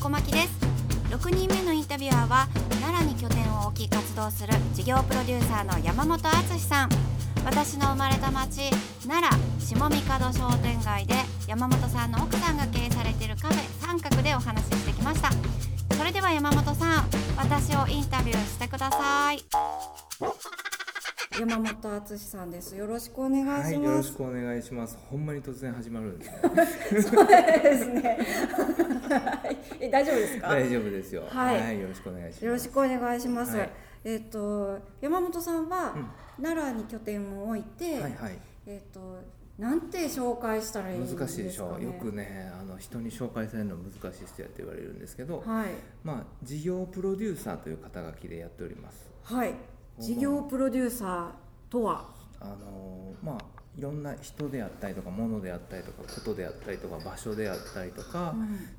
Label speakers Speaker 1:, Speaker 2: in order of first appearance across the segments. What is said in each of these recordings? Speaker 1: 小牧です6人目のインタビュアーは奈良に拠点を置き活動する事業プロデューサーの山本敦さん私の生まれた町奈良下三門商店街で山本さんの奥さんが経営されているカフェ三角でお話ししてきましたそれでは山本さん私をインタビューしてください山本敦さんですよろしくお願い
Speaker 2: はい、
Speaker 1: し
Speaker 2: よ
Speaker 1: ま
Speaker 2: ろ
Speaker 1: す
Speaker 2: し、くお願いします。ほんまに突然始まる んですね。
Speaker 1: そうですね はいえ大丈夫ですか
Speaker 2: 大丈夫ですよ。
Speaker 1: はい
Speaker 2: よろしくお願いします。
Speaker 1: よろしくお願いします。
Speaker 2: はい
Speaker 1: えっ、と山本さんは
Speaker 2: うん
Speaker 1: 奈良に拠点を置いて、
Speaker 2: はいはい。
Speaker 1: えっ、となんて紹介したらいいんですか、ね。
Speaker 2: 難しいでしょう。よくね、あの人に紹介されるの難しい人やって言われるんですけど、
Speaker 1: はい
Speaker 2: まあ事業プロデューサーという肩書きでやっております。
Speaker 1: はい事業プロデューサーとは
Speaker 2: あのまあいろんな人であったりとか物であったりとかことであったりとか場所であったりとか、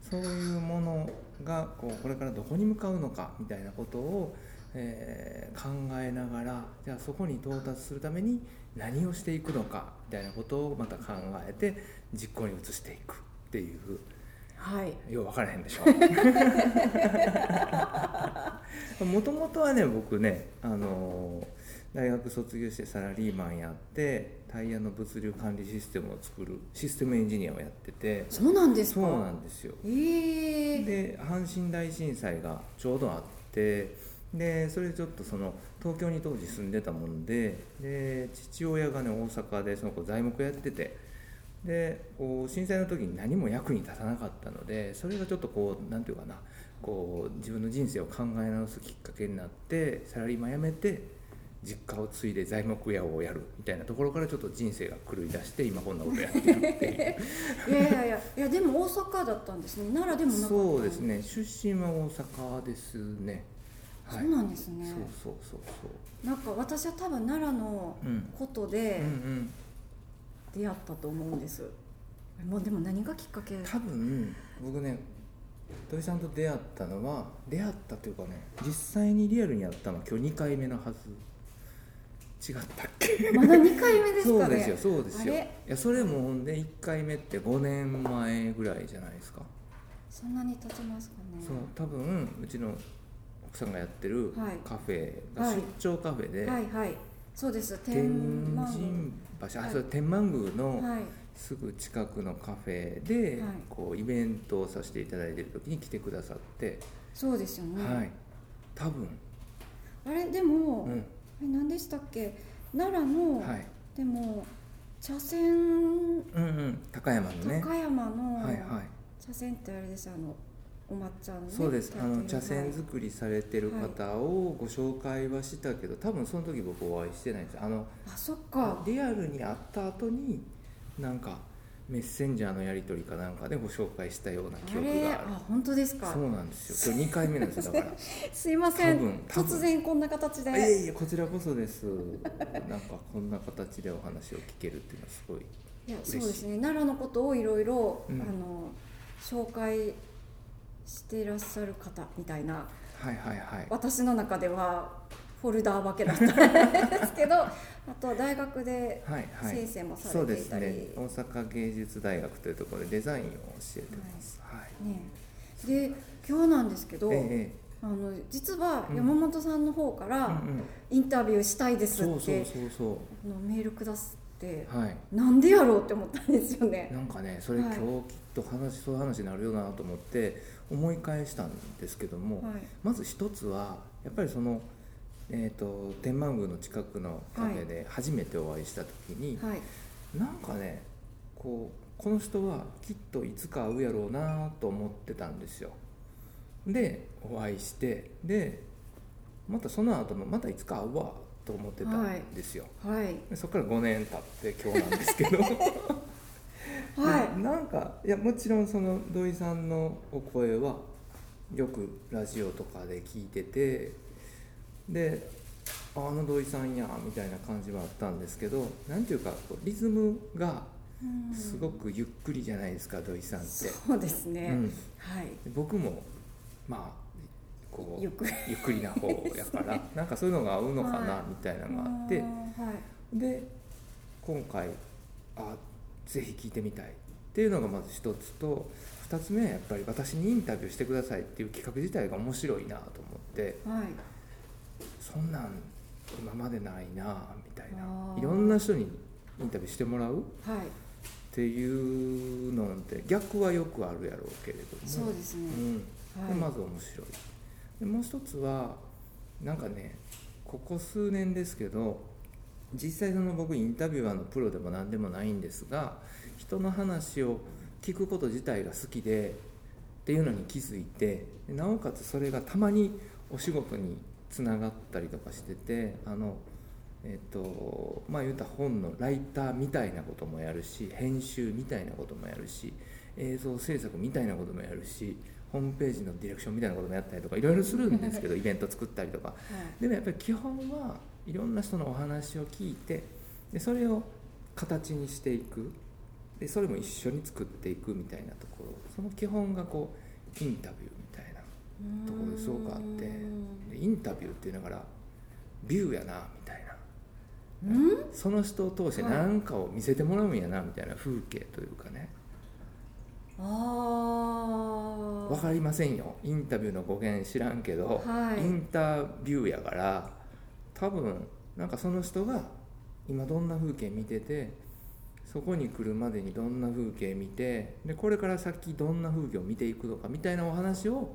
Speaker 2: そういうものがこうこれからどこに向かうのかみたいなことを、えー考えながらじゃあそこに到達するために何をしていくのかみたいなことをまた考えて実行に移していくっていう
Speaker 1: はい
Speaker 2: よう分からへん でしょもともとはね僕ねあの大学卒業してサラリーマンやってタイヤの物流管理システムを作るシステムエンジニアをやってて
Speaker 1: そうなんです
Speaker 2: そ
Speaker 1: か。
Speaker 2: うなんですよ
Speaker 1: えー、
Speaker 2: で阪神大震災がちょうどあってでそれちょっとその東京に当時住んでたもんでで父親がね大阪でその子材木やっててでこう震災の時に何も役に立たなかったのでそれがちょっとこう何て言うかなこう自分の人生を考え直すきっかけになってサラリーマン辞めて実家を継いで材木屋をやるみたいなところからちょっと人生が狂い出して今こんなことやってるっていう。
Speaker 1: いやいやいやいやでも大阪だったんですね。奈良でもなかった。
Speaker 2: そうです。ね出身は大阪ですねはい
Speaker 1: そうなんですね
Speaker 2: そうそうそうそ
Speaker 1: なんか私は多分奈良の
Speaker 2: ううん
Speaker 1: こと
Speaker 2: う
Speaker 1: で
Speaker 2: んうん
Speaker 1: 出会ったと思うんです。もうでも何がきっかけ？
Speaker 2: 多分僕ね土井さんと出会ったのは出会ったというかね実際にリアルにやったのは今日2回目のはず違ったっけ
Speaker 1: まだ2回目です
Speaker 2: そ
Speaker 1: かね。
Speaker 2: うですよそうですよ
Speaker 1: あ
Speaker 2: い
Speaker 1: れ
Speaker 2: やそれもほんで1回目って5年前ぐらいじゃないですか
Speaker 1: そんなに経ちますかね。
Speaker 2: そう多分うちの奥さんがやってる
Speaker 1: はい
Speaker 2: カフェが
Speaker 1: はい
Speaker 2: 出張カフェで、
Speaker 1: はいはい。そうです。
Speaker 2: 天
Speaker 1: 天満
Speaker 2: 神橋、
Speaker 1: は
Speaker 2: あ
Speaker 1: い
Speaker 2: それ天満宮の
Speaker 1: はい。
Speaker 2: すぐ近くのカフェで、
Speaker 1: はい
Speaker 2: こうイベントをさせていただいてる時に来てくださって、
Speaker 1: そうですよね。
Speaker 2: はい多分、
Speaker 1: あれでも、
Speaker 2: うん
Speaker 1: え何でしたっけ？奈良の、
Speaker 2: はい
Speaker 1: でも茶筅
Speaker 2: うんうん、高山のね
Speaker 1: 高山の、
Speaker 2: はいはい
Speaker 1: 茶筅ってあれですよあのお抹茶の、ね、
Speaker 2: そうですあの茶筅
Speaker 1: 筅
Speaker 2: 作りされてる方をご紹介はしたけど多分その時僕お会いしてないんですあの
Speaker 1: あそっか。
Speaker 2: リアルに会った後になんかメッセンジャーのやり取りかなんかでご紹介したような記
Speaker 1: あ
Speaker 2: 憶
Speaker 1: れ
Speaker 2: がある
Speaker 1: あ本当ですか
Speaker 2: そうなんですよ今日2回目なんですよだから
Speaker 1: すいませ
Speaker 2: 多
Speaker 1: ん
Speaker 2: 分多
Speaker 1: 突
Speaker 2: 分
Speaker 1: 然こんな形で、
Speaker 2: いやいやこちらこそです。 なんかこんな形でお話を聞けるっていうのはすごい。
Speaker 1: いや
Speaker 2: 嬉し
Speaker 1: そう
Speaker 2: い
Speaker 1: ですね奈良のことをいろいろあ
Speaker 2: うん
Speaker 1: の紹介していらっしゃる方みたいな
Speaker 2: はいはいはい。
Speaker 1: 私の中ではフォルダー分けだったんですけど あと大学で
Speaker 2: はいはい。
Speaker 1: 先生もさ
Speaker 2: そう
Speaker 1: れ
Speaker 2: で
Speaker 1: てい
Speaker 2: す
Speaker 1: たり、
Speaker 2: ね。大阪芸術大学というところでデザインを教えてます。はい。
Speaker 1: ねで今日なんですけど、
Speaker 2: ええ
Speaker 1: あの実は
Speaker 2: うん
Speaker 1: 山本さんの方か
Speaker 2: ええ。うん
Speaker 1: ら
Speaker 2: うん。
Speaker 1: インタビューしたいです
Speaker 2: そう
Speaker 1: っ
Speaker 2: そう
Speaker 1: て
Speaker 2: そうそ
Speaker 1: あのメールくださって
Speaker 2: う。はい。
Speaker 1: なんでやろうって思ったんですよね。
Speaker 2: なんかねそれ
Speaker 1: は
Speaker 2: 今
Speaker 1: い
Speaker 2: 日きっと話そういう話になるよなと思って思い返したんですけども、
Speaker 1: はい
Speaker 2: まず一つはやっぱりその。えー、と天満宮の近くのカフェで初めてお会いした時に、
Speaker 1: はい
Speaker 2: なんかねこうこの人はきっといつか会うやろうなと思ってたんですよでお会いしてでまたその後もまたいつか会うわと思ってたんですよ、
Speaker 1: はい
Speaker 2: でそこから5年経って今日なんですけ ど
Speaker 1: はい
Speaker 2: でなんかいやもちろんその土井さんのお声はよくラジオとかで聞いててでああの土井さんやみたいな感じはあったんですけどなんていうかこうリズムが
Speaker 1: うん
Speaker 2: すごくゆっくりじゃないですか土井さんって、
Speaker 1: そうですね、
Speaker 2: うん、
Speaker 1: はい
Speaker 2: 僕もまあこう
Speaker 1: ゆっくり
Speaker 2: ゆっくりな方やから、 なんかそういうのが合うのかな
Speaker 1: は
Speaker 2: みたいなのがあって、
Speaker 1: あーはい
Speaker 2: で今回あぜひ聞いてみたいっっていうのがまず一つと2つ目はやっぱり私にインタビューしてくださいっていう企画自体が面白いなと思って
Speaker 1: はい
Speaker 2: そんなん今までないなみたい
Speaker 1: あ
Speaker 2: な
Speaker 1: ー
Speaker 2: いろんな人にインタビューしてもらうっ
Speaker 1: はい
Speaker 2: ていうのって逆はよくあるやろうけれども
Speaker 1: そうですね、
Speaker 2: うん
Speaker 1: はい
Speaker 2: でまず面白いでもう一つはなんかねここ数年ですけど実際その僕インタビュアーのプロでも何でもないんですが人の話を聞くこと自体が好きでっていうのに気づいてでなおかつそれがたまにお仕事につながったりとかしててあのえっとまあ言うたら本のライターみたいなこともやるし編集みたいなこともやるし映像制作みたいなこともやるしホームページのディレクションみたいなこともやったりとかいろいろするんです けどイベント作ったりとかでもやっぱり基本はいろんな人のお話を聞いてでそれを形にしていくでそれも一緒に作っていくみたいなところその基本がこうインタビューみたいなところですごくあってでインタビューっていうのからビューやなみたいな
Speaker 1: うん
Speaker 2: その人を通して何かを見せてもらうんやなみたいな風景というかね
Speaker 1: あ
Speaker 2: 分かりませんよインタビューの語源知らんけど、
Speaker 1: はい
Speaker 2: インタビューやから多分なんかその人が今どんな風景見ててそこに来るまでにどんな風景見てでこれから先どんな風景を見ていくのかみたいなお話を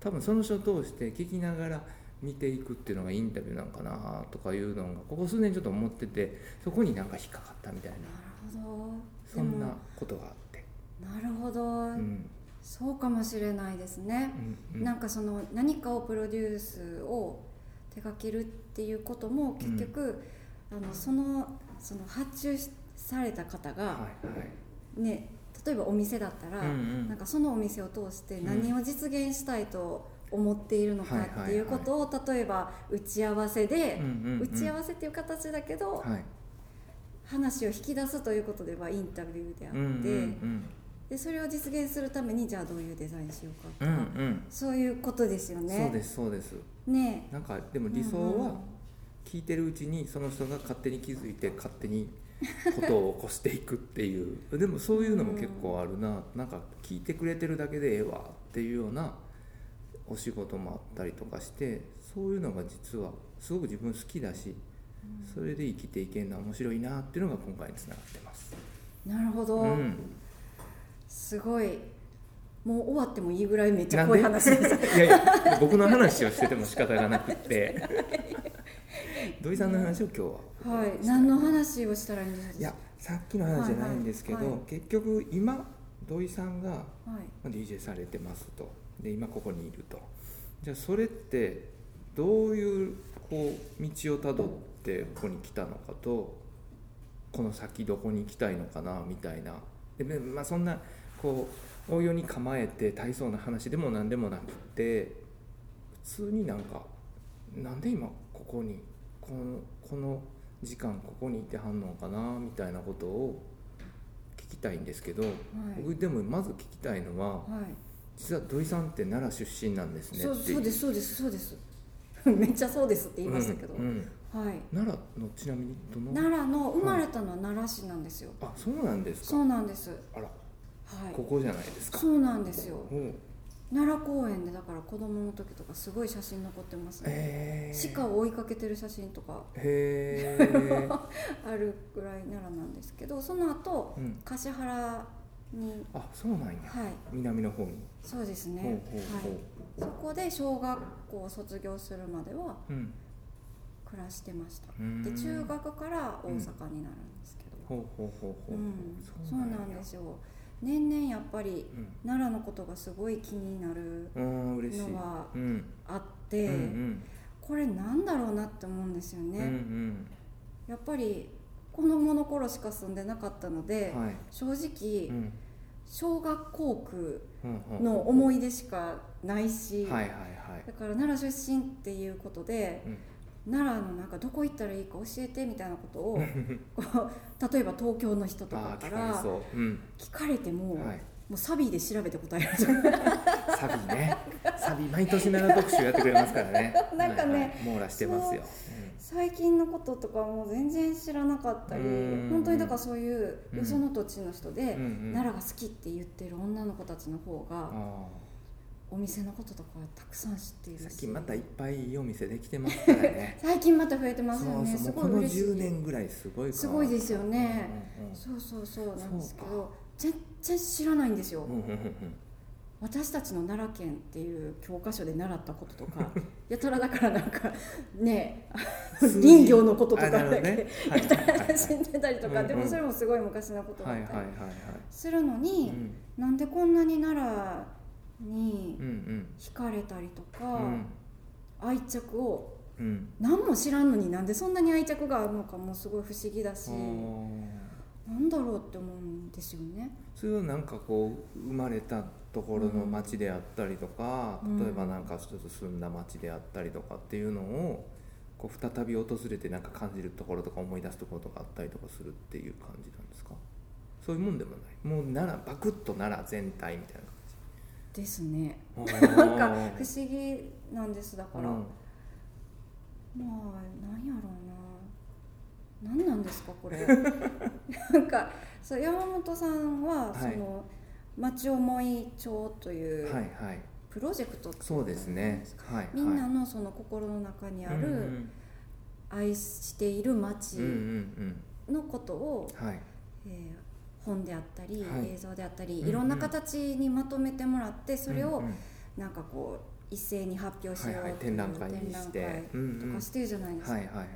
Speaker 2: 多分その人を通して聞きながら見ていくっていうのがインタビューなんかなとかいうのがここ数年ちょっと思っててそこになんか引っかかったみたいな
Speaker 1: なるほど
Speaker 2: そんなことがあって。
Speaker 1: でもなるほど、
Speaker 2: うん
Speaker 1: そうかもしれないですね
Speaker 2: う、んうん
Speaker 1: なんかその何かをプロデュースを手掛けるっていうことも結局、あのそのその発注しされた方が、
Speaker 2: はいはい
Speaker 1: ね例えばお店だったら、
Speaker 2: うんうん
Speaker 1: なんかそのお店を通して
Speaker 2: うん
Speaker 1: 何を実現したいと思っているの
Speaker 2: はい
Speaker 1: か
Speaker 2: はいはい
Speaker 1: っていうことを、例えば打ち合わせで
Speaker 2: う、んうんうん
Speaker 1: 打ち合わせっていう形だけど、
Speaker 2: はい
Speaker 1: 話を引き出すということではインタビューであって、
Speaker 2: うんうん
Speaker 1: でそれを実現するためにじゃあどういうデザインしようかと
Speaker 2: うんう
Speaker 1: か、
Speaker 2: ん
Speaker 1: そういうことですよ
Speaker 2: うん
Speaker 1: ね。
Speaker 2: そうですそうです
Speaker 1: ね
Speaker 2: なんかでも理想
Speaker 1: うんう
Speaker 2: は
Speaker 1: ん
Speaker 2: 聞いてるうちにその人が勝手に気づいて勝手にことを起こしていくっていうでもそういうのも結構あるななんか聞いてくれてるだけでええわっていうようなお仕事もあったりとかしてそういうのが実はすごく自分好きだしそれで生きていけるのは面白いなっていうのが今回につながってます。
Speaker 1: なるほど、
Speaker 2: うん
Speaker 1: すごいもう終わってもいいぐらいめっちゃ濃い話 です
Speaker 2: いやいや僕の話をしてても仕方がな くって土井さんの話を今日は
Speaker 1: はい何の話をしたらいいんでしょう
Speaker 2: いやさっきの話じゃないんですけど、
Speaker 1: はいはいはい
Speaker 2: 結局今土井さんが
Speaker 1: はい
Speaker 2: まあ DJ されてますとで今ここにいるとじゃあそれってどういうこう道をたどってここに来たのかとこの先どこに行きたいのかなみたいなで、ねまあ、そんなこう応用に構えて大層な話でも何でもなくて普通になんかなんで今ここにこのこの時間ここにいてはんのかなみたいなことを聞きたいんですけど、
Speaker 1: は
Speaker 2: 僕でもまず聞きたいのは、
Speaker 1: い、はい
Speaker 2: 実は土井さんって奈良出身なんですね
Speaker 1: そう
Speaker 2: ってい
Speaker 1: そうですそうですそうです めっちゃそうですって言いましたけど、
Speaker 2: うんうん
Speaker 1: はい
Speaker 2: 奈良のちなみにどの
Speaker 1: 奈良の生まれたのは奈良市なんですよ、
Speaker 2: あそうなんです
Speaker 1: そ
Speaker 2: か
Speaker 1: うなんですは
Speaker 2: あ
Speaker 1: い
Speaker 2: らここじゃないですか
Speaker 1: そうなんですよ
Speaker 2: おう
Speaker 1: 奈良公園でだから子供の時とかすごい写真残ってますね、
Speaker 2: えー、
Speaker 1: 鹿を追いかけてる写真とか
Speaker 2: へえ
Speaker 1: あるぐらい奈良なんですけどその後、
Speaker 2: うん
Speaker 1: 橿原に
Speaker 2: あそうなんや
Speaker 1: はい
Speaker 2: 南の方に、
Speaker 1: そうですね、
Speaker 2: ほうほうほ
Speaker 1: はい、そこで小学校を卒業するまでは
Speaker 2: う、うん
Speaker 1: 暮らしてました
Speaker 2: うーん
Speaker 1: で中学から大阪になるんですけど、
Speaker 2: ほうほうほうほう、
Speaker 1: うん、そう
Speaker 2: や
Speaker 1: なんですよ年々やっぱり
Speaker 2: うん
Speaker 1: 奈良のことがすごい気になる
Speaker 2: うん嬉しい
Speaker 1: のは
Speaker 2: うん
Speaker 1: あって、
Speaker 2: うんうん
Speaker 1: これなんだろうなって思うんですよね、
Speaker 2: うん
Speaker 1: やっぱり子供の頃しか住んでなかったので、
Speaker 2: うんはい
Speaker 1: 正直、
Speaker 2: うん
Speaker 1: 小学校区
Speaker 2: うんうん
Speaker 1: の思い出しかないし、
Speaker 2: はいはいはい
Speaker 1: だから奈良出身っていうことで、
Speaker 2: うん
Speaker 1: 奈良のなんかどこ行ったらいいか教えてみたいなことをこう例えば東京の人と
Speaker 2: あ
Speaker 1: か
Speaker 2: あ
Speaker 1: か
Speaker 2: 聞かれ
Speaker 1: ら
Speaker 2: そううん
Speaker 1: 聞かれても、
Speaker 2: はい
Speaker 1: もうサビで調べて答えられちゃう
Speaker 2: サビね。サビ毎年奈良特集やってくれますからね
Speaker 1: 。なんかね
Speaker 2: はいはい網羅してますよ。
Speaker 1: 最近のこととかも全然知らなかったり
Speaker 2: うん
Speaker 1: 本当にだからそういうよその土地の人で
Speaker 2: うんうん
Speaker 1: 奈良が好きって言ってる女の子たちの方
Speaker 2: あ
Speaker 1: が
Speaker 2: あ
Speaker 1: お店のこととかたくさん知っているし
Speaker 2: 最近またいっぱいいいお店できてますから ね
Speaker 1: 最近また増えてますよ
Speaker 2: そう
Speaker 1: ね
Speaker 2: そうもう
Speaker 1: すご
Speaker 2: こ
Speaker 1: い
Speaker 2: の
Speaker 1: 嬉しい
Speaker 2: 10年ぐらいすごい変わった
Speaker 1: すごいですよね
Speaker 2: うんうんうん
Speaker 1: そうそうそうなんですけ
Speaker 2: そう
Speaker 1: ど全然知らないんですよ、
Speaker 2: うんうんうんうん
Speaker 1: 私たちの奈良県っていう教科書で習ったことと かやたらだからなんかねえ
Speaker 2: 数字
Speaker 1: 林業のこととか
Speaker 2: あ
Speaker 1: だ
Speaker 2: なるほど
Speaker 1: け
Speaker 2: ねはいはい はいはい
Speaker 1: 死んでたりとか、
Speaker 2: うんうん
Speaker 1: でもそれもすごい昔のことだ
Speaker 2: は
Speaker 1: っ
Speaker 2: いはい
Speaker 1: た
Speaker 2: は
Speaker 1: り
Speaker 2: いは
Speaker 1: するの
Speaker 2: い、
Speaker 1: に、
Speaker 2: うん、
Speaker 1: なんでこんなに奈良に
Speaker 2: うんうん
Speaker 1: 惹かれたりと
Speaker 2: う
Speaker 1: か、
Speaker 2: ん
Speaker 1: 愛着を
Speaker 2: うん
Speaker 1: 何も知らんのになんでそんなに愛着があるのかもすごい不思議だ
Speaker 2: あ
Speaker 1: し、
Speaker 2: ー
Speaker 1: なんだろうって思うんですよね。
Speaker 2: それはなんかこう生まれたところの町であったりとか、
Speaker 1: うん
Speaker 2: 例えばなんかちょっと住んだ町であったりとかっていうのをこう再び訪れてなんか感じるところとか思い出すところとかあったりとかするっていう感じなんですかそういうもんでもないもう奈良バクッと奈良全体みたいな
Speaker 1: ですね。
Speaker 2: 感じ
Speaker 1: なんか不思議なんですだから、
Speaker 2: うん
Speaker 1: まあなんやろうな何なんですかこ れなんかそう山本さんは、
Speaker 2: はい
Speaker 1: その「町思い町」とい
Speaker 2: はいうはい
Speaker 1: プロジェクトってい
Speaker 2: そうですねはい
Speaker 1: みんな
Speaker 2: はい
Speaker 1: のその心の中にあ
Speaker 2: うんう
Speaker 1: る
Speaker 2: ん
Speaker 1: 愛している町
Speaker 2: うんうん
Speaker 1: のことを、
Speaker 2: うんはい
Speaker 1: えー本であったり、
Speaker 2: はい
Speaker 1: 映像であったり、
Speaker 2: うんうん
Speaker 1: いろんな形にまとめてもらってそれ
Speaker 2: う
Speaker 1: を
Speaker 2: んうん
Speaker 1: なんかこう一斉に発表し
Speaker 2: はい
Speaker 1: よう
Speaker 2: はい
Speaker 1: っていう
Speaker 2: 展覧会にして
Speaker 1: 展覧
Speaker 2: うん
Speaker 1: 会と
Speaker 2: うん
Speaker 1: かしてるじゃないですか
Speaker 2: はいはいはい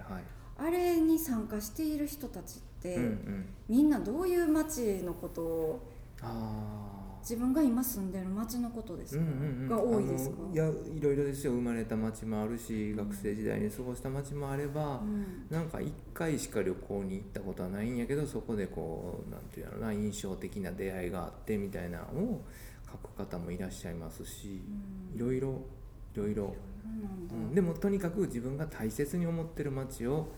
Speaker 1: あれに参加している人たちって、
Speaker 2: うんうん
Speaker 1: みんなどういう町のことを
Speaker 2: あー
Speaker 1: 自分が今住んでる町のことです
Speaker 2: う
Speaker 1: か、
Speaker 2: んうんうん
Speaker 1: が多いですか
Speaker 2: あのいやいろいろですよ生まれた町もあるし、学生時代に過ごした町もあれば、
Speaker 1: うん
Speaker 2: なんか1回しか旅行に行ったことはないんやけどそこでこうなんていうのな印象的な出会いがあってみたいなのを書く方もいらっしゃいますし
Speaker 1: う、ん
Speaker 2: いろいろいろいろ、
Speaker 1: そうなんだ、
Speaker 2: うんでもとにかく自分が大切に思ってる街を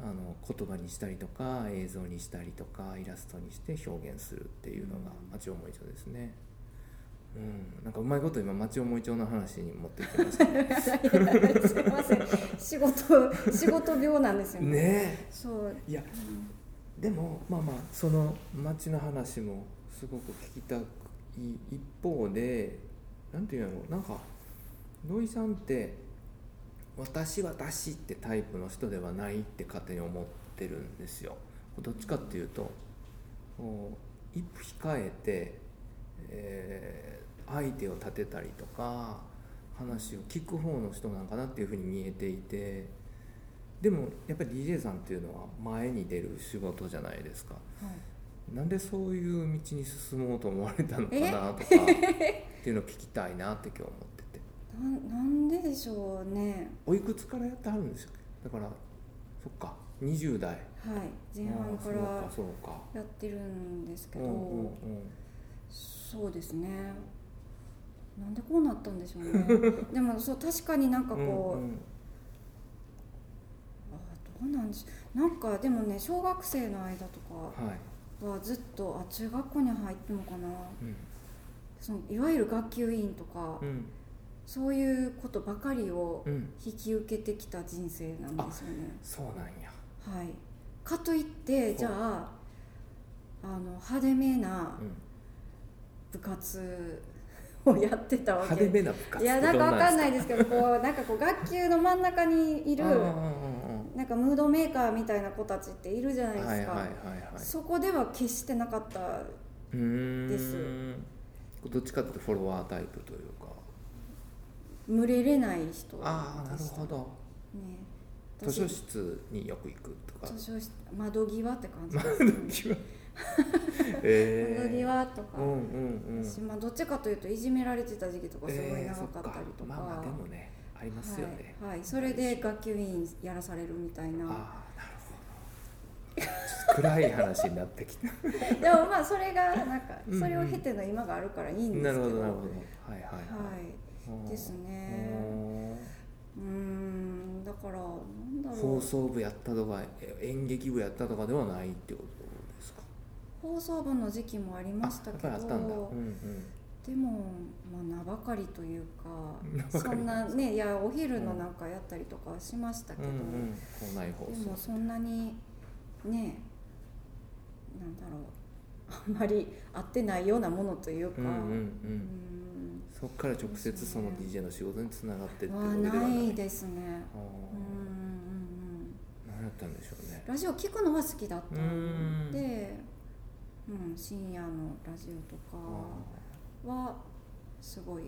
Speaker 2: あの言葉にしたりとか映像にしたりとかイラストにして表現するっていうのが
Speaker 1: うん
Speaker 2: 町思い帳ですね。うん、なんかうまいこと今町思い帳の話に持っていきましたね。
Speaker 1: すいません仕事仕事病なんですよね
Speaker 2: ね
Speaker 1: そう
Speaker 2: えいやでもまあまあその町の話もすごく聞きたい一方でなんていうんやろうなんか土井さんって私私ってタイプの人ではないって勝手に思ってるんですよどっちかっていうとこう一歩控えて、えー相手を立てたりとか話を聞く方の人なんかなっていうふうに見えていてでもやっぱり DJ さんっていうのは前に出る仕事じゃないですか
Speaker 1: はい
Speaker 2: なんでそういう道に進もうと思われたのかなとかっていうのを聞きたいなって今日思ってて
Speaker 1: なんなんででしょうね
Speaker 2: おいくつからやってはるんですよだからそっか20代
Speaker 1: はい前半から
Speaker 2: ああそうかそうか
Speaker 1: やってるんですけど、
Speaker 2: うんうんうん
Speaker 1: そうですねなんでこうなったんでしょうね でもそう確かになんかこう、
Speaker 2: うんうん
Speaker 1: あーどうなんでしなんかでもね小学生の間とか
Speaker 2: はい、
Speaker 1: はずっとあ中学校に入ってんのかな
Speaker 2: うん
Speaker 1: そのいわゆる学級委員とか、
Speaker 2: うん
Speaker 1: そういうことばかりを
Speaker 2: うん、
Speaker 1: 引き受けてきた人生なんですよね。
Speaker 2: そうなんや
Speaker 1: はい、かといって
Speaker 2: う
Speaker 1: じゃああの派手めな
Speaker 2: うん
Speaker 1: 部活をやってたわ
Speaker 2: 派
Speaker 1: け
Speaker 2: 手めな部活
Speaker 1: いやなんかわかんないいですけどこうなんかこう学級の真ん中にい
Speaker 2: い
Speaker 1: るなんかムードメーカーみたいな子たちっているじゃない
Speaker 2: は
Speaker 1: で
Speaker 2: い
Speaker 1: すか。
Speaker 2: はいはいはい
Speaker 1: そこでは決してなかった
Speaker 2: うーん
Speaker 1: です
Speaker 2: どっちかっていうとフォロワータイプというか
Speaker 1: 群れれない人でした
Speaker 2: ああなるほど
Speaker 1: ね
Speaker 2: 図
Speaker 1: 私
Speaker 2: 書室によく行くとか
Speaker 1: 図書室窓際って感じ ですね、
Speaker 2: 窓際えー
Speaker 1: 窓際とか、
Speaker 2: うんうんうん
Speaker 1: 私まあ、どっちかというといじめられてた時期とかすごい
Speaker 2: えー
Speaker 1: 長かったり
Speaker 2: そ
Speaker 1: とか,、
Speaker 2: まあまあでもねありますよね、
Speaker 1: はい、はい、それで学級委員やらされるみたいな
Speaker 2: ああなるほどちょっと暗い話になって きた
Speaker 1: でもまあそれがなんか
Speaker 2: うんうん
Speaker 1: それを経ての今があるからいいんで
Speaker 2: な
Speaker 1: す
Speaker 2: る
Speaker 1: け
Speaker 2: ほ
Speaker 1: ど
Speaker 2: どなるほどはいはい
Speaker 1: は
Speaker 2: うん
Speaker 1: いですね
Speaker 2: うん
Speaker 1: うんだからなんだろう
Speaker 2: 放送部やったとかえ演劇部やったとかではないってことですか
Speaker 1: 放送部の時期もありましたけど
Speaker 2: あやっぱりあったんだ、うんうん、
Speaker 1: でも、まあ、名ばかりという
Speaker 2: 名ばか
Speaker 1: か
Speaker 2: り
Speaker 1: そんなねいやお昼のなんかやったりとかはしましたけ
Speaker 2: うん
Speaker 1: ど、
Speaker 2: うん、校内放
Speaker 1: でも
Speaker 2: 送
Speaker 1: そんなにねなんだろうあんまり合ってないようなものというか、
Speaker 2: うんうんう
Speaker 1: うんん
Speaker 2: そこから直接その DJ の仕事につながってって
Speaker 1: は
Speaker 2: ことではな
Speaker 1: ないいですね。う
Speaker 2: あ
Speaker 1: んうんうん
Speaker 2: ー何やったんでしょうね
Speaker 1: ラジオ聞くのは好きだった
Speaker 2: うん
Speaker 1: ので、うん、深夜のラジオとかはすごい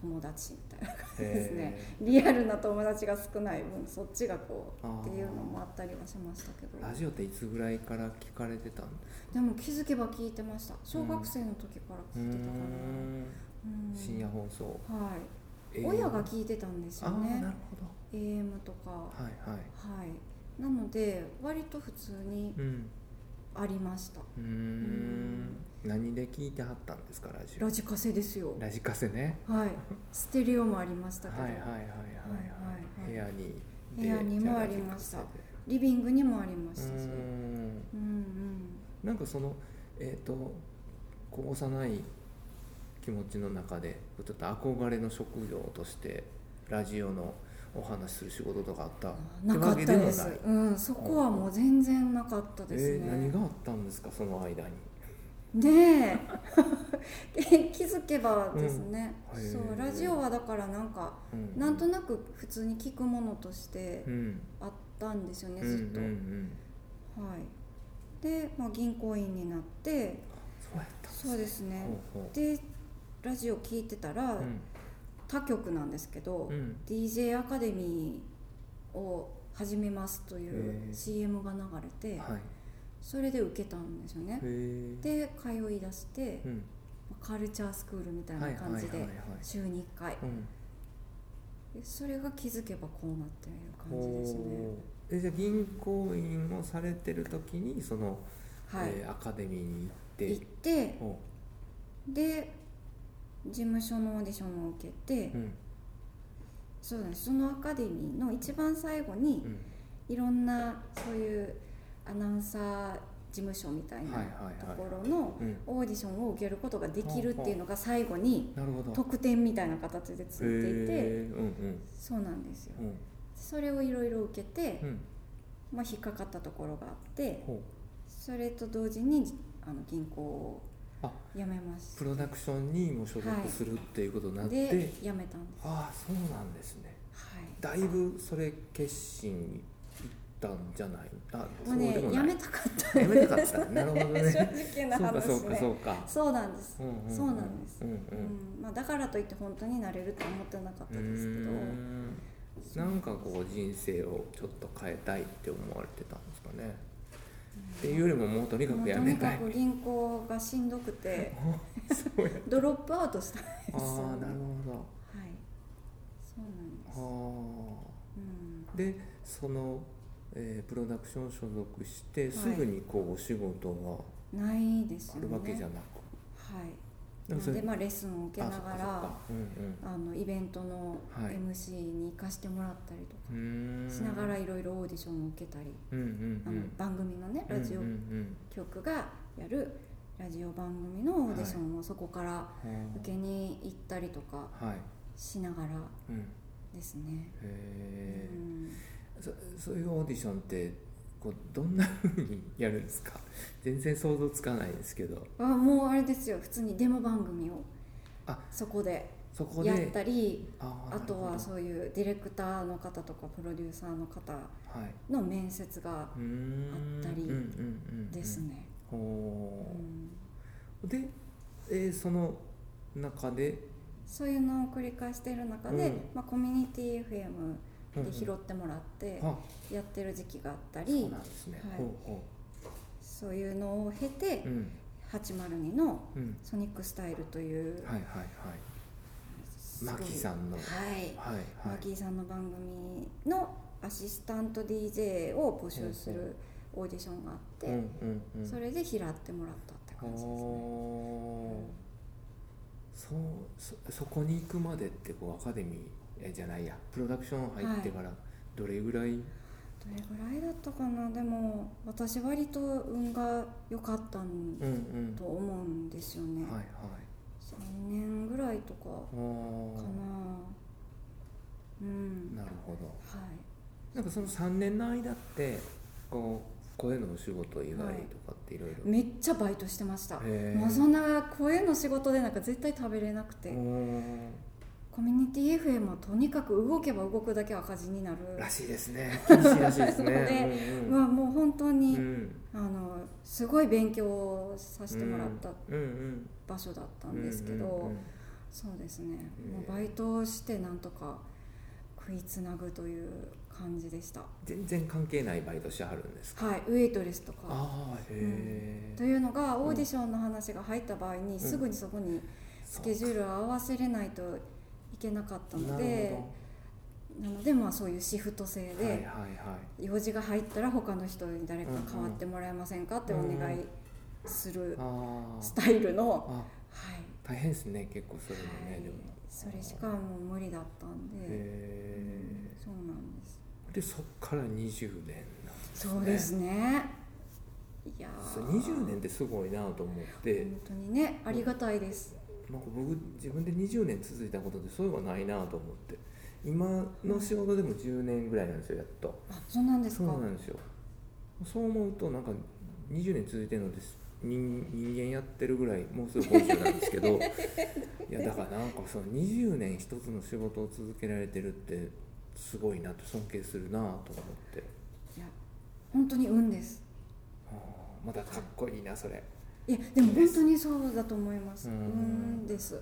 Speaker 1: 友達みたいな感じですね
Speaker 2: へ
Speaker 1: リアルな友達が少ない分そっちがこ
Speaker 2: あー
Speaker 1: うっていうのもあったりはしましたけど
Speaker 2: ーラジオっていつぐらいから聞かれてたんですか
Speaker 1: でも気づけば聞いてました小学生の時から
Speaker 2: うー
Speaker 1: 聞いてたかな、う
Speaker 2: ん
Speaker 1: ん
Speaker 2: 深夜放送、
Speaker 1: はい、
Speaker 2: AM
Speaker 1: 親が聞いてたんですよ
Speaker 2: あーな
Speaker 1: ね
Speaker 2: るほど
Speaker 1: AM とかは
Speaker 2: はいはい
Speaker 1: いなので割と普通に
Speaker 2: うん
Speaker 1: ありました
Speaker 2: うーん何で聞いてはったんですかラジオ
Speaker 1: ラジカセですよ
Speaker 2: ラジカセね
Speaker 1: はいステレオもありました
Speaker 2: は
Speaker 1: け
Speaker 2: い
Speaker 1: ど、
Speaker 2: はいはいはいはい部
Speaker 1: はいはい
Speaker 2: 屋に
Speaker 1: 部屋にもありましたリビングにもありま
Speaker 2: う
Speaker 1: し
Speaker 2: ー
Speaker 1: たし
Speaker 2: ん
Speaker 1: うんうん
Speaker 2: なんかそのえっ、とこう幼い気持ちの中でこうちょっと憧れの職業としてラジオのお話しする仕事とかあった
Speaker 1: なかった
Speaker 2: ってわけ
Speaker 1: ですうん、そこはもう全然なかった
Speaker 2: え
Speaker 1: ですね、
Speaker 2: ー何があったんですかその間に
Speaker 1: ねえ 気づけばですね、
Speaker 2: うんへえ
Speaker 1: そうラジオはだからなんか
Speaker 2: うん
Speaker 1: なんとなく普通に聞くものとして
Speaker 2: うん
Speaker 1: あったんですよね、
Speaker 2: うん
Speaker 1: ずっと、
Speaker 2: うんうん
Speaker 1: はいで、まあ、銀行員になって
Speaker 2: そうやったんです
Speaker 1: そうですね
Speaker 2: ほうほう
Speaker 1: でラジオ聞いてたら、他局なんですけど、
Speaker 2: うんうん
Speaker 1: DJ アカデミーを始めますとい
Speaker 2: へえ
Speaker 1: う CM が流れて、
Speaker 2: はい
Speaker 1: それで受けたんですよね
Speaker 2: へー
Speaker 1: で通い出して
Speaker 2: う、ん
Speaker 1: まあカルチャースクールみたい
Speaker 2: は
Speaker 1: ない
Speaker 2: はい
Speaker 1: 感
Speaker 2: はい
Speaker 1: じ
Speaker 2: はい
Speaker 1: で週に1回
Speaker 2: うん
Speaker 1: でそれが気づけばこうなっている感じですね
Speaker 2: おーえじゃあ銀行員をされてる時にその、
Speaker 1: はい、
Speaker 2: えーアカデミーに行っ
Speaker 1: 行ってて
Speaker 2: おう
Speaker 1: で事務所のオーディションを受けて、
Speaker 2: うん
Speaker 1: そうなんですそのアカデミーの一番最後に
Speaker 2: うん
Speaker 1: いろんなそういうアナウンサー事務所みたいな
Speaker 2: はいはいはい
Speaker 1: ところの
Speaker 2: うん
Speaker 1: オーディションを受けることができるっていうのが最後に
Speaker 2: なるほど
Speaker 1: 特典みたいな形でついていて
Speaker 2: へーうんうん
Speaker 1: そうなんですよ
Speaker 2: うん
Speaker 1: それをいろいろ受けて
Speaker 2: う、ん
Speaker 1: まあ、引っかかったところがあって
Speaker 2: ほ
Speaker 1: それと同時にあの銀行を
Speaker 2: あ
Speaker 1: 辞めま
Speaker 2: う
Speaker 1: し
Speaker 2: プロダクションにも所属するっていうことにな
Speaker 1: た
Speaker 2: って、
Speaker 1: で辞めたんです、は
Speaker 2: ああそうなんですねだいぶそれ決心いったんじゃないあ
Speaker 1: い、もう
Speaker 2: そうで
Speaker 1: ね
Speaker 2: も
Speaker 1: 辞
Speaker 2: ない
Speaker 1: めたかった
Speaker 2: やめたかったなるほど ね
Speaker 1: 正直な
Speaker 2: そう
Speaker 1: 話
Speaker 2: か
Speaker 1: ね
Speaker 2: そうかそううか
Speaker 1: そうなんです
Speaker 2: んん
Speaker 1: そうなんです
Speaker 2: うんう
Speaker 1: うんんまあ、だからといって本当になれると思ってなかったですけど
Speaker 2: うーんなんかこう人生をちょっと変えたいって思われてたんですかね、っていうよりももうとにか
Speaker 1: も
Speaker 2: く
Speaker 1: う
Speaker 2: や
Speaker 1: と
Speaker 2: め
Speaker 1: にか
Speaker 2: たい
Speaker 1: く銀行がしんどくて
Speaker 2: そうや
Speaker 1: ドロップアウトしたんです
Speaker 2: あ
Speaker 1: よ、
Speaker 2: あなる
Speaker 1: はい
Speaker 2: ほ
Speaker 1: そうなんです、
Speaker 2: ど
Speaker 1: うん
Speaker 2: あーでその、えープロダクション所属してすぐにこうお仕事が
Speaker 1: ないです
Speaker 2: あ
Speaker 1: よね
Speaker 2: るわけじゃな
Speaker 1: はい
Speaker 2: く、
Speaker 1: な
Speaker 2: もそ
Speaker 1: の
Speaker 2: れ
Speaker 1: でまあレッスンを受けながら
Speaker 2: あそっかそっかうん
Speaker 1: あのイベントの
Speaker 2: はい
Speaker 1: MC に行かしてもらったりとか
Speaker 2: うんうーん
Speaker 1: しながらいろいろオーディションを受けたり、
Speaker 2: うんうん
Speaker 1: あ
Speaker 2: う
Speaker 1: の
Speaker 2: ん
Speaker 1: 番組のねラジオ
Speaker 2: うんうん
Speaker 1: 局がやるラジオ番組のオーディションをそこから
Speaker 2: うん
Speaker 1: 受けに行ったりとか
Speaker 2: はい、
Speaker 1: しながら
Speaker 2: うん、へ
Speaker 1: ですね。
Speaker 2: え
Speaker 1: うん
Speaker 2: そそういうオーディションってこうどんな風にやるんですか 全然想像つかないですけど
Speaker 1: あもうあれですよ普通にデモ番組を
Speaker 2: あ
Speaker 1: そこで
Speaker 2: そこで
Speaker 1: やったり
Speaker 2: あー
Speaker 1: あと
Speaker 2: なる
Speaker 1: は
Speaker 2: ほ
Speaker 1: そういうディレクターの方とかプロデューサーの方
Speaker 2: どはい
Speaker 1: の面接が
Speaker 2: うーん
Speaker 1: あったり
Speaker 2: うんうんうんうん
Speaker 1: ですね。う
Speaker 2: ほ
Speaker 1: ん
Speaker 2: うで、えーその中で
Speaker 1: そういうのを繰り返している中で、
Speaker 2: うん
Speaker 1: まあ、コミュニティ FM
Speaker 2: うんう
Speaker 1: で
Speaker 2: ん
Speaker 1: 拾ってもらって
Speaker 2: あ
Speaker 1: やってる時期があったり、
Speaker 2: そうなんですね、
Speaker 1: はい
Speaker 2: ほうほ
Speaker 1: そういうのを経て
Speaker 2: ううん
Speaker 1: 802の
Speaker 2: うん
Speaker 1: ソニックスタイルという、
Speaker 2: はいはいはい
Speaker 1: すご
Speaker 2: マ
Speaker 1: い
Speaker 2: キさんのは
Speaker 1: はい、
Speaker 2: いは
Speaker 1: マ
Speaker 2: い
Speaker 1: キーさんの番組のアシスタント DJ を募集するオーディションがあって、
Speaker 2: うんうんうん
Speaker 1: それで拾ってもらったって感じですね。
Speaker 2: おそうそそこに行くまでってこうアカデミーえじゃないやプロダクション入ってからどれぐらい、
Speaker 1: どれぐらいだったかなでも私割と運が良かったん
Speaker 2: うんうん
Speaker 1: と思うんですよね。
Speaker 2: はいはい
Speaker 1: 2年いとか
Speaker 2: あ
Speaker 1: かな
Speaker 2: ー
Speaker 1: うん
Speaker 2: なるほど
Speaker 1: はい
Speaker 2: なんかその3年の間ってこう声のお仕事以外とかっていろいろ
Speaker 1: めっちゃバイトしてました
Speaker 2: へー
Speaker 1: もうそんな声の仕事でなんか絶対食べれなくて
Speaker 2: うん
Speaker 1: コミュニティ FM はとにかく動けば動くだけ赤字になる
Speaker 2: らし いですね厳しいらしいです
Speaker 1: なの
Speaker 2: ね
Speaker 1: で
Speaker 2: うんうん
Speaker 1: まあもう本当に、
Speaker 2: うん
Speaker 1: あのすごい勉強をさせてもらった
Speaker 2: うんうん
Speaker 1: 場所だったんですけど、
Speaker 2: うんうんうん
Speaker 1: そうですね
Speaker 2: へー
Speaker 1: もうバイトをしてなんとか食いつなぐという感じでした
Speaker 2: 全然関係ないバイトしてはるんですか
Speaker 1: はいウェイトレスとか
Speaker 2: ああへ
Speaker 1: と
Speaker 2: え
Speaker 1: いうのがオーディションの話が入った場合に、すぐにそこにスケジュールを合わせれないといけなかったのでなのでまあそういうシフト制で、
Speaker 2: はいはいは
Speaker 1: 用事が入ったら他の人に誰か代わってもらえませんかってお願いす
Speaker 2: い
Speaker 1: る
Speaker 2: あ
Speaker 1: スタイルの、
Speaker 2: ああ
Speaker 1: はい
Speaker 2: 大変ですね結構それも
Speaker 1: は
Speaker 2: ね
Speaker 1: い
Speaker 2: でも
Speaker 1: それしかもう無理だったんで、
Speaker 2: へ
Speaker 1: そうなんです
Speaker 2: えでそっから20年なんですね
Speaker 1: そうですねいや
Speaker 2: そう
Speaker 1: ー
Speaker 2: 20年ってすごいなと思って
Speaker 1: 本当にねありがたいです、
Speaker 2: なんか僕自分で20年続いたことってそういうのがないなと思って今の仕事でも10年ぐらいなんですよやっと
Speaker 1: あそうなんです
Speaker 2: そう
Speaker 1: か
Speaker 2: なんですよそう思うとなんか20年続いてるのです人人間やってるぐらいもうすぐ50なんですけ どいやだからなんかその20年一つの仕事を続けられてるってすごいなと尊敬するなと思って
Speaker 1: いや本当に運です
Speaker 2: あーまたかっこいいなそれ
Speaker 1: いやでも本当にそうだと思います
Speaker 2: う
Speaker 1: うんんです
Speaker 2: う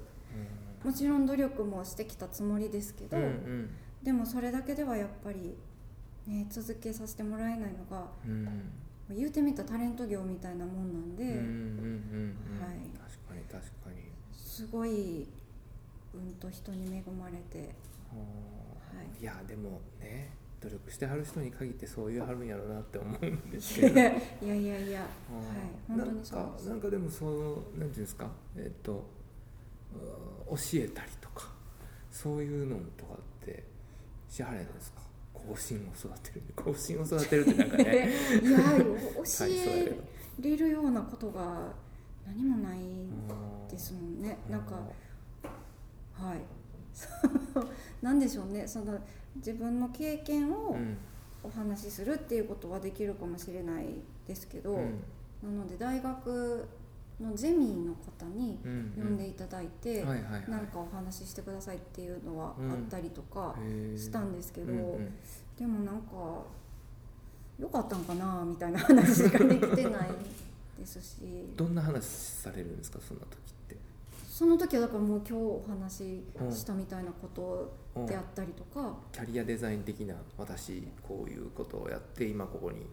Speaker 1: もちろん努力もしてきたつもりですけど、
Speaker 2: んうん
Speaker 1: でもそれだけではやっぱり、ね、続けさせてもらえないのが
Speaker 2: うんうん
Speaker 1: 言うてみたらタレント業みたいなもんなんで、
Speaker 2: うんうんうんうん
Speaker 1: はい
Speaker 2: 確かに確かに
Speaker 1: すごいうんと人に恵まれて
Speaker 2: あー
Speaker 1: はい
Speaker 2: いやでもね努力してはる人に限ってそういうはるんやろなって思うんですけど
Speaker 1: いや いやいや、はい、
Speaker 2: うん
Speaker 1: 本当にそうです
Speaker 2: なんかなんかでもそのなんていうんですかえっ、とうー教えたりとかそういうのとかってしはれなんですか後進を育てる後進を育てるってなんか ね
Speaker 1: いや教
Speaker 2: 大変そうやけ
Speaker 1: え
Speaker 2: ど
Speaker 1: れるようなことが何もない
Speaker 2: うん
Speaker 1: ですもんね
Speaker 2: う
Speaker 1: なんか はいそうなんでしょうねその自分の経験を
Speaker 2: うん
Speaker 1: お話しするっていうことはできるかもしれないですけど、
Speaker 2: うん
Speaker 1: なので大学のゼミの方に
Speaker 2: うん
Speaker 1: 呼んでいただいて、
Speaker 2: はいはいはい
Speaker 1: なんかお話ししてくださいっていうのは
Speaker 2: うん
Speaker 1: あったりとか
Speaker 2: へー
Speaker 1: したんですけど、
Speaker 2: うんうん
Speaker 1: でもなんか良かったんかなみたいな話しかできてないですし
Speaker 2: どんな話されるんですかそんな時って
Speaker 1: その時はだからもう今日お話ししたみたいなことであったりとか、
Speaker 2: キャリアデザイン的な私こういうことをやって今ここに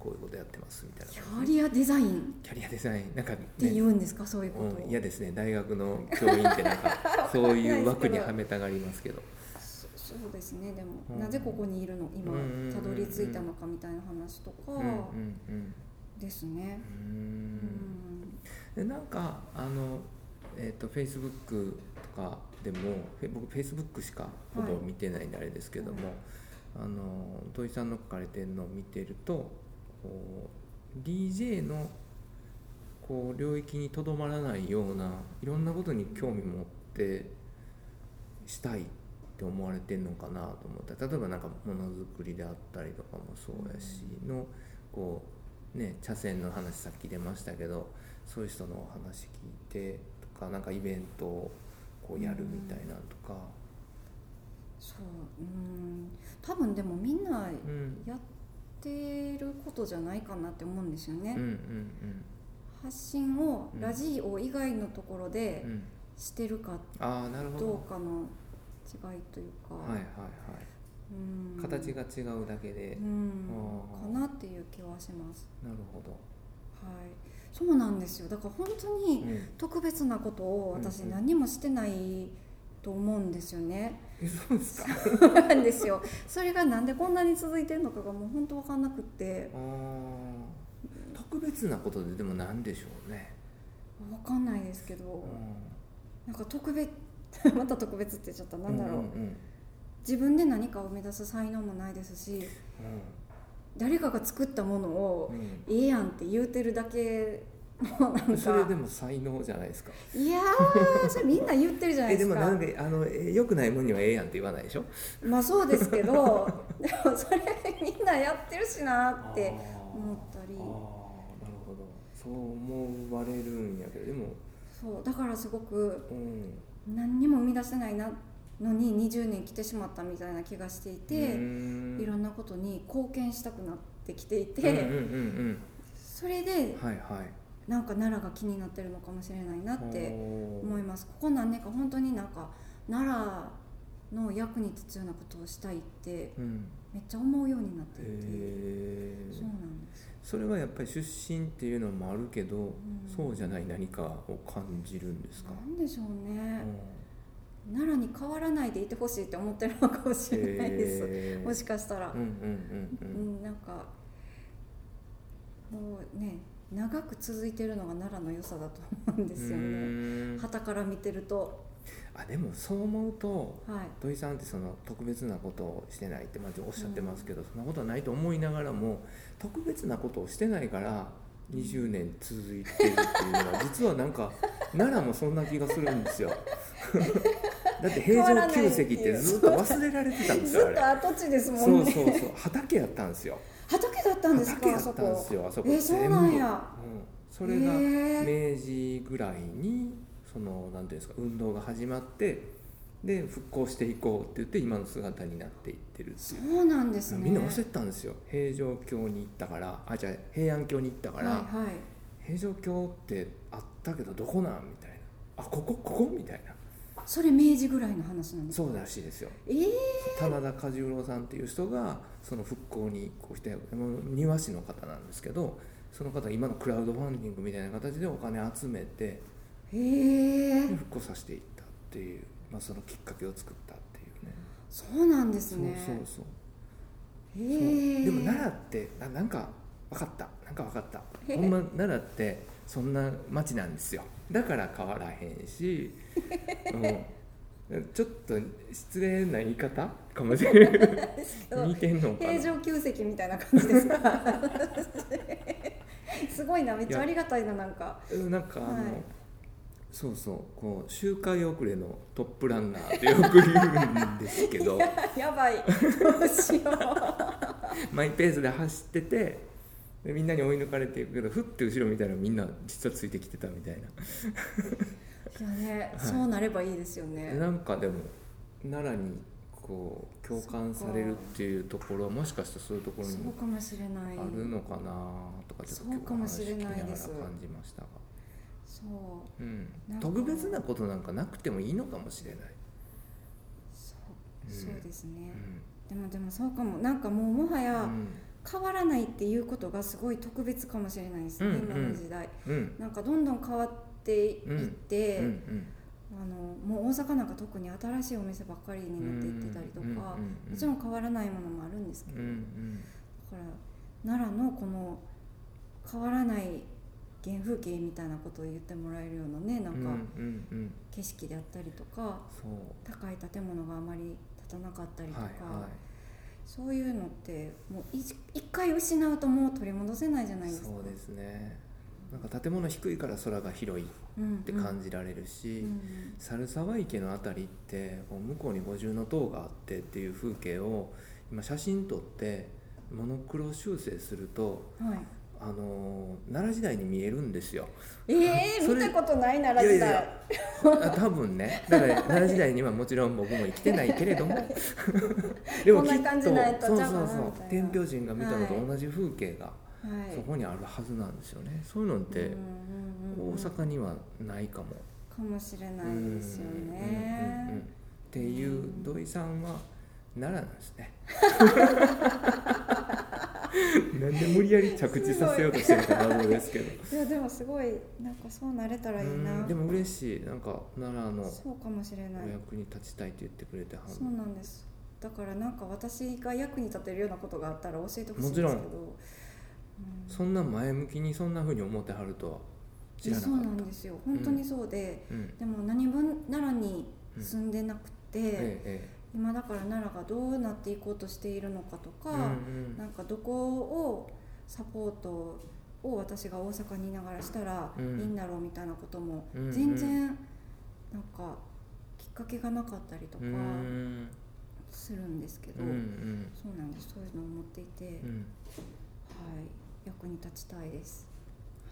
Speaker 2: こういうことやってますみたいな
Speaker 1: キャリアデザインっ
Speaker 2: キャリアデザインなんかね
Speaker 1: て言うんですか、そういうことを、
Speaker 2: うん、嫌ですね大学の教員ってなん かそういう枠にはめたがりますけど
Speaker 1: そそうですねでも、
Speaker 2: うん
Speaker 1: なぜここにいるの今
Speaker 2: うんうんうんうん
Speaker 1: たどり着いたのかみたいな話とか
Speaker 2: うんうんうん
Speaker 1: ですね
Speaker 2: う。
Speaker 1: うんん
Speaker 2: でなんかあのえっ、とフェイスブックとかでもフェ僕フェイスブックしかほぼ見てないんであれですけども、あの土井さんの書かれてるのを見てるとこう DJ のこう領域にとどまらないようないろんなことに興味持ってしたいって思われてんのかなと思った例えばなんかものづくりであったりとかもそうやしのこうね茶筅の話さっき出ましたけどそういう人のお話聞いてとかなんかイベントをこうやるみたいなのとか、
Speaker 1: そううん多分でもみんな
Speaker 2: うん、
Speaker 1: やってることじゃないかなって思うんですよね、
Speaker 2: うんうん
Speaker 1: 発信をラジオ以外のところ
Speaker 2: う
Speaker 1: で
Speaker 2: んうん
Speaker 1: してるか
Speaker 2: ああなるほど
Speaker 1: どうかの違いというか、
Speaker 2: はいはいは
Speaker 1: うん
Speaker 2: い形が違うだけで、
Speaker 1: うん
Speaker 2: あー
Speaker 1: かなっていう気はします
Speaker 2: なるほど、
Speaker 1: はいそうなんですよだから本当
Speaker 2: う
Speaker 1: に
Speaker 2: ん、
Speaker 1: 特別なことを私
Speaker 2: うんうん
Speaker 1: 何もしてないと思うんですよね、
Speaker 2: えそうですか
Speaker 1: そうなんですよそれがなんでこんなに続いてるのかがもう本当わかんなくって
Speaker 2: あー特別なことででもなんでしょうね、
Speaker 1: わかんないですけどなんか特別 また特別って言っちゃったなんだろう、
Speaker 2: うんうんうん
Speaker 1: 自分で何かを生み出す才能もないですし誰かが作ったものを
Speaker 2: うんうん
Speaker 1: ええやんって言うてるだけもうなんか
Speaker 2: それでも才能じゃないですか
Speaker 1: いやーそれみんな言ってるじゃない
Speaker 2: え
Speaker 1: で
Speaker 2: ですも
Speaker 1: か
Speaker 2: なんかあのえ良くないもんにはええやんって言わないでしょ
Speaker 1: まあそうですけどでもそれみんなやってるしなって思ったり
Speaker 2: あーなるほどそう思われるんやけどでも、
Speaker 1: そうだからすごく
Speaker 2: うん、
Speaker 1: 何にも生み出してないなのに20年来てしまったみたいな気がしていうて、
Speaker 2: ん
Speaker 1: いろんなことに貢献したくなってきていて、
Speaker 2: うんうん
Speaker 1: それ
Speaker 2: う
Speaker 1: で
Speaker 2: んうん、はいはい
Speaker 1: なんか奈良が気になってるのかもしれないなって思いますここ何年か本当になんか奈良の役に立つようなことをしたいって
Speaker 2: うん、
Speaker 1: めっちゃ思うようになっていて、
Speaker 2: へえ
Speaker 1: そうなんです
Speaker 2: それはやっぱり出身っていうのもあるけど、
Speaker 1: ん
Speaker 2: そうじゃない何かを感じるんですか、
Speaker 1: なんでしょうね
Speaker 2: う、ん
Speaker 1: 奈良に変わらないでいてほしいって思ってるのかもしれないです、
Speaker 2: へえ
Speaker 1: もしかしたら、
Speaker 2: うんうんう
Speaker 1: うん
Speaker 2: うん
Speaker 1: ん、なんかもうね長く続いてるのが奈良の良さだと思うんですよ
Speaker 2: う
Speaker 1: ね
Speaker 2: ーん
Speaker 1: 旗から見てると
Speaker 2: あでもそう思うと
Speaker 1: はい
Speaker 2: 土井さんってその特別なことをしてないってまずおっしゃってますけど、そんなことはないと思いながらも特別なことをしてないから20年続いてるっていう のは実はなんか奈良もそんな気がするんですよ。だって平
Speaker 1: 変わら
Speaker 2: 城
Speaker 1: ない
Speaker 2: 宮
Speaker 1: って
Speaker 2: 跡っ
Speaker 1: いう
Speaker 2: てずっと忘れられてたんです
Speaker 1: ず
Speaker 2: よあ
Speaker 1: っ
Speaker 2: れ
Speaker 1: と。跡地ですも
Speaker 2: そ
Speaker 1: ん
Speaker 2: う
Speaker 1: ね
Speaker 2: そうそう畑やったんですよ。
Speaker 1: 畑だったんです
Speaker 2: 畑
Speaker 1: か
Speaker 2: や
Speaker 1: あ
Speaker 2: っ
Speaker 1: そ
Speaker 2: たんで
Speaker 1: こ
Speaker 2: すよあそこ
Speaker 1: えーそうなんや
Speaker 2: うん、それが
Speaker 1: へ
Speaker 2: 明治ぐらいにそのなんていうんですか運動が始まってで復興していこうって言って今の姿になっていってるって
Speaker 1: そ
Speaker 2: いう
Speaker 1: なんです
Speaker 2: う、
Speaker 1: ね
Speaker 2: みんな忘れてたんですよ平城京に行ったからあじゃあ平安京に行ったから、
Speaker 1: はいはい
Speaker 2: 平城京ってあったけどどこなんみたいなあここここみたいな
Speaker 1: それ明治ぐらいの話なんですか
Speaker 2: そうらしいですよ
Speaker 1: えー、
Speaker 2: 棚田和十郎さんっていう人がその復興にこうして庭師の方なんですけどその方が今のクラウドファンディングみたいな形でお金集めて
Speaker 1: えー、
Speaker 2: 復興させていったっていう、まあ、そのきっかけを作ったっていうね
Speaker 1: そうなんですね
Speaker 2: そうそうそう、
Speaker 1: え
Speaker 2: そう
Speaker 1: ー、
Speaker 2: でも奈良ってななんか分かったなんか分かった
Speaker 1: へへ
Speaker 2: ほんま奈良ってそんな町なんですよだから変わらへ んし、うん、ちょっと失礼な言い方かもしれない 似てんのかな
Speaker 1: 平城宮跡みたいな感じですか すごいなめっちゃありがたいななんか
Speaker 2: うんなんかあの、
Speaker 1: はい
Speaker 2: そうそうこう周回遅れのトップランナーってよく言うんですけど
Speaker 1: や ばいどうしよう
Speaker 2: マイペースで走っててでみんなに追い抜かれていくけどふって後ろ見たらみんな実はついてきてたみたい
Speaker 1: いやね、
Speaker 2: はい
Speaker 1: そうなればいいですよ
Speaker 2: な
Speaker 1: ね
Speaker 2: なんかでも奈良にこう共感されるっていうところはもしかしたらそういうところに
Speaker 1: そうかもしれない
Speaker 2: あるのかなとかちょっと
Speaker 1: そうかもしれないです
Speaker 2: 今日お話聞きながら感じましたが、
Speaker 1: そう
Speaker 2: うん
Speaker 1: なん、か
Speaker 2: 特別なことなんかなくてもいいのかもしれない、
Speaker 1: そう
Speaker 2: うん
Speaker 1: そうですね
Speaker 2: う、ん
Speaker 1: でもでもそうかもなんかもうもは
Speaker 2: う
Speaker 1: や
Speaker 2: ん
Speaker 1: 変わらないっていうことがすごい特別かもしれないですね、
Speaker 2: うん
Speaker 1: 今の時代
Speaker 2: うん
Speaker 1: なんかどんどん変わっていって、
Speaker 2: うんうん
Speaker 1: あのもう大阪なんか特に新しいお店ばっかりになっていってたりとか、
Speaker 2: うんうんうん
Speaker 1: もちろん変わらないものもあるんですけど、
Speaker 2: うん
Speaker 1: だから奈良のこの変わらない原風景みたいなことを言ってもらえるようなねな
Speaker 2: うんんうん
Speaker 1: か
Speaker 2: うんうん
Speaker 1: 景色であったりとか
Speaker 2: そう
Speaker 1: 高い建物があまり建たなかったりとか、
Speaker 2: はいは
Speaker 1: そういうのってもうい一回失うともう取り戻せないじゃない
Speaker 2: い
Speaker 1: ですか。
Speaker 2: そうですねなんか建物低いから空が広いっ
Speaker 1: うんうん
Speaker 2: て感じられるし、
Speaker 1: うん
Speaker 2: 猿沢池のあたりってこう向こうに五重の塔があってっていう風景を今写真撮ってモノクロ修正すると
Speaker 1: はい、
Speaker 2: あのー奈良時代に見えるんですよ
Speaker 1: えー、
Speaker 2: そ
Speaker 1: 見
Speaker 2: れ
Speaker 1: たことない奈良
Speaker 2: いやい
Speaker 1: 時代
Speaker 2: やいやあ多分ねだから奈良時代にはもちろん僕も生きてないけれ どもで
Speaker 1: こんな感じのやつ
Speaker 2: そうそう
Speaker 1: ちゃう
Speaker 2: そ
Speaker 1: か
Speaker 2: う
Speaker 1: なみたいな
Speaker 2: 天平人が見たのと同じ風景が
Speaker 1: はい
Speaker 2: そこにあるはずなんですよねそういうのって
Speaker 1: うんうんうんう
Speaker 2: 大
Speaker 1: ん
Speaker 2: 阪にはないかも
Speaker 1: かもしれないですよ
Speaker 2: うんうんうんうん
Speaker 1: ね。
Speaker 2: っていう土井さんは奈良なんです ねなんで無理やり着地させようとしてるか謎ですけど
Speaker 1: いやでもすごいなんかそうなれたらいい
Speaker 2: うん
Speaker 1: な
Speaker 2: で。も嬉しいなんか奈良の
Speaker 1: そうかもしれない
Speaker 2: お。役に立ちたいって言ってくれては
Speaker 1: そうなんです。だからなんか私が役に立てるようなことがあったら教えてほしいんです
Speaker 2: も
Speaker 1: け
Speaker 2: ち
Speaker 1: ど。
Speaker 2: ろんそんな前向きにそんな風に思ってはるとは
Speaker 1: う
Speaker 2: 知
Speaker 1: ん
Speaker 2: らな
Speaker 1: そう
Speaker 2: かっ
Speaker 1: な
Speaker 2: た
Speaker 1: んですよ。本当にそうで、
Speaker 2: うん
Speaker 1: でも何分奈良に住んでなくて、
Speaker 2: ええ
Speaker 1: 今だから奈良がどうなっていこうとしているのかとか、
Speaker 2: ええうんうん
Speaker 1: なんかどこをサポートを私が大阪にいながらしたらいい
Speaker 2: うん
Speaker 1: んだろうみたいなことも
Speaker 2: うんうん
Speaker 1: 全然なんかきっかけがなかったりとか
Speaker 2: うん
Speaker 1: するんですけど、
Speaker 2: うんうん
Speaker 1: そうなんですそういうのを持っていて、
Speaker 2: う
Speaker 1: はい
Speaker 2: ん
Speaker 1: 役に立ちたいです。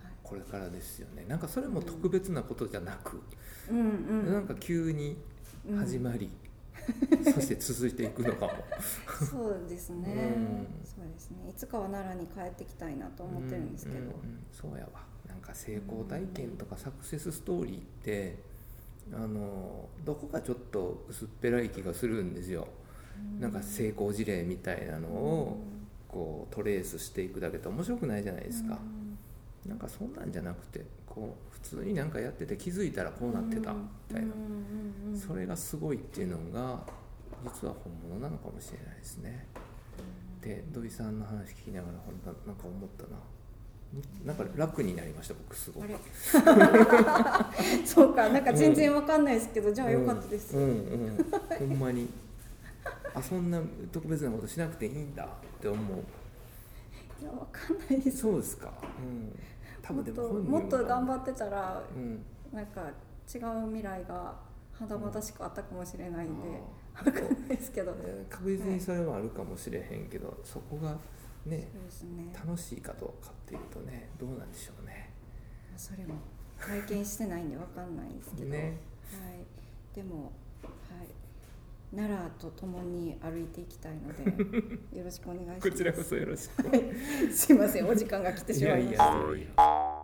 Speaker 1: はい
Speaker 2: これからですよねなんかそれも特別なことじゃなく、
Speaker 1: うんうん、
Speaker 2: なんか急に
Speaker 1: うん
Speaker 2: 始まり、そして続いていくのかも
Speaker 1: そうですね、
Speaker 2: うん
Speaker 1: そうですねいつかは奈良に帰ってきたいなと思ってるんですけど、
Speaker 2: うううんそうやわなんか成功体験とかサクセスストーリーってあのどこかちょっと薄っぺらい気がするんですよ、なんか成功事例みたいなのをこうトレースしていくだけって面白くないじゃないですか、なんかそんなんじゃなくてこう普通になんかやってて気づいたらこうなってたみたいな、それがすごいっていうのが実は本物なのかもしれないですね。で土井さんの話聞きながらほんとなんか思ったな。なんか楽になりました僕すご
Speaker 1: あ
Speaker 2: く。
Speaker 1: れそうかなんか全然わかんないですけど、じゃあよかったです、
Speaker 2: うんうんうん。ほんまに。あそんな特別なことしなくていいんだって思う。
Speaker 1: いやわかんないです
Speaker 2: そうですか。うん。多
Speaker 1: も
Speaker 2: 分
Speaker 1: っ
Speaker 2: で
Speaker 1: と
Speaker 2: も本人
Speaker 1: もっと
Speaker 2: は
Speaker 1: 頑張ってたら
Speaker 2: うん。
Speaker 1: なんか違う未来が肌々しくあったかもしれないんで、わ
Speaker 2: あ
Speaker 1: かんないですけど、
Speaker 2: えー確実にそれはあるかもしれへんけど、そこがね
Speaker 1: そうですね
Speaker 2: 楽しいかどうかっていうとねどうなんでしょうね。
Speaker 1: それも体験してないんでわかんないですけど、
Speaker 2: ね。
Speaker 1: はい、でも、はい、奈良と共に歩いていきたいの でよろしくお願いします。
Speaker 2: こちらこそよろしく。
Speaker 1: すいません、お時間が来てしまいました。
Speaker 2: いやいや。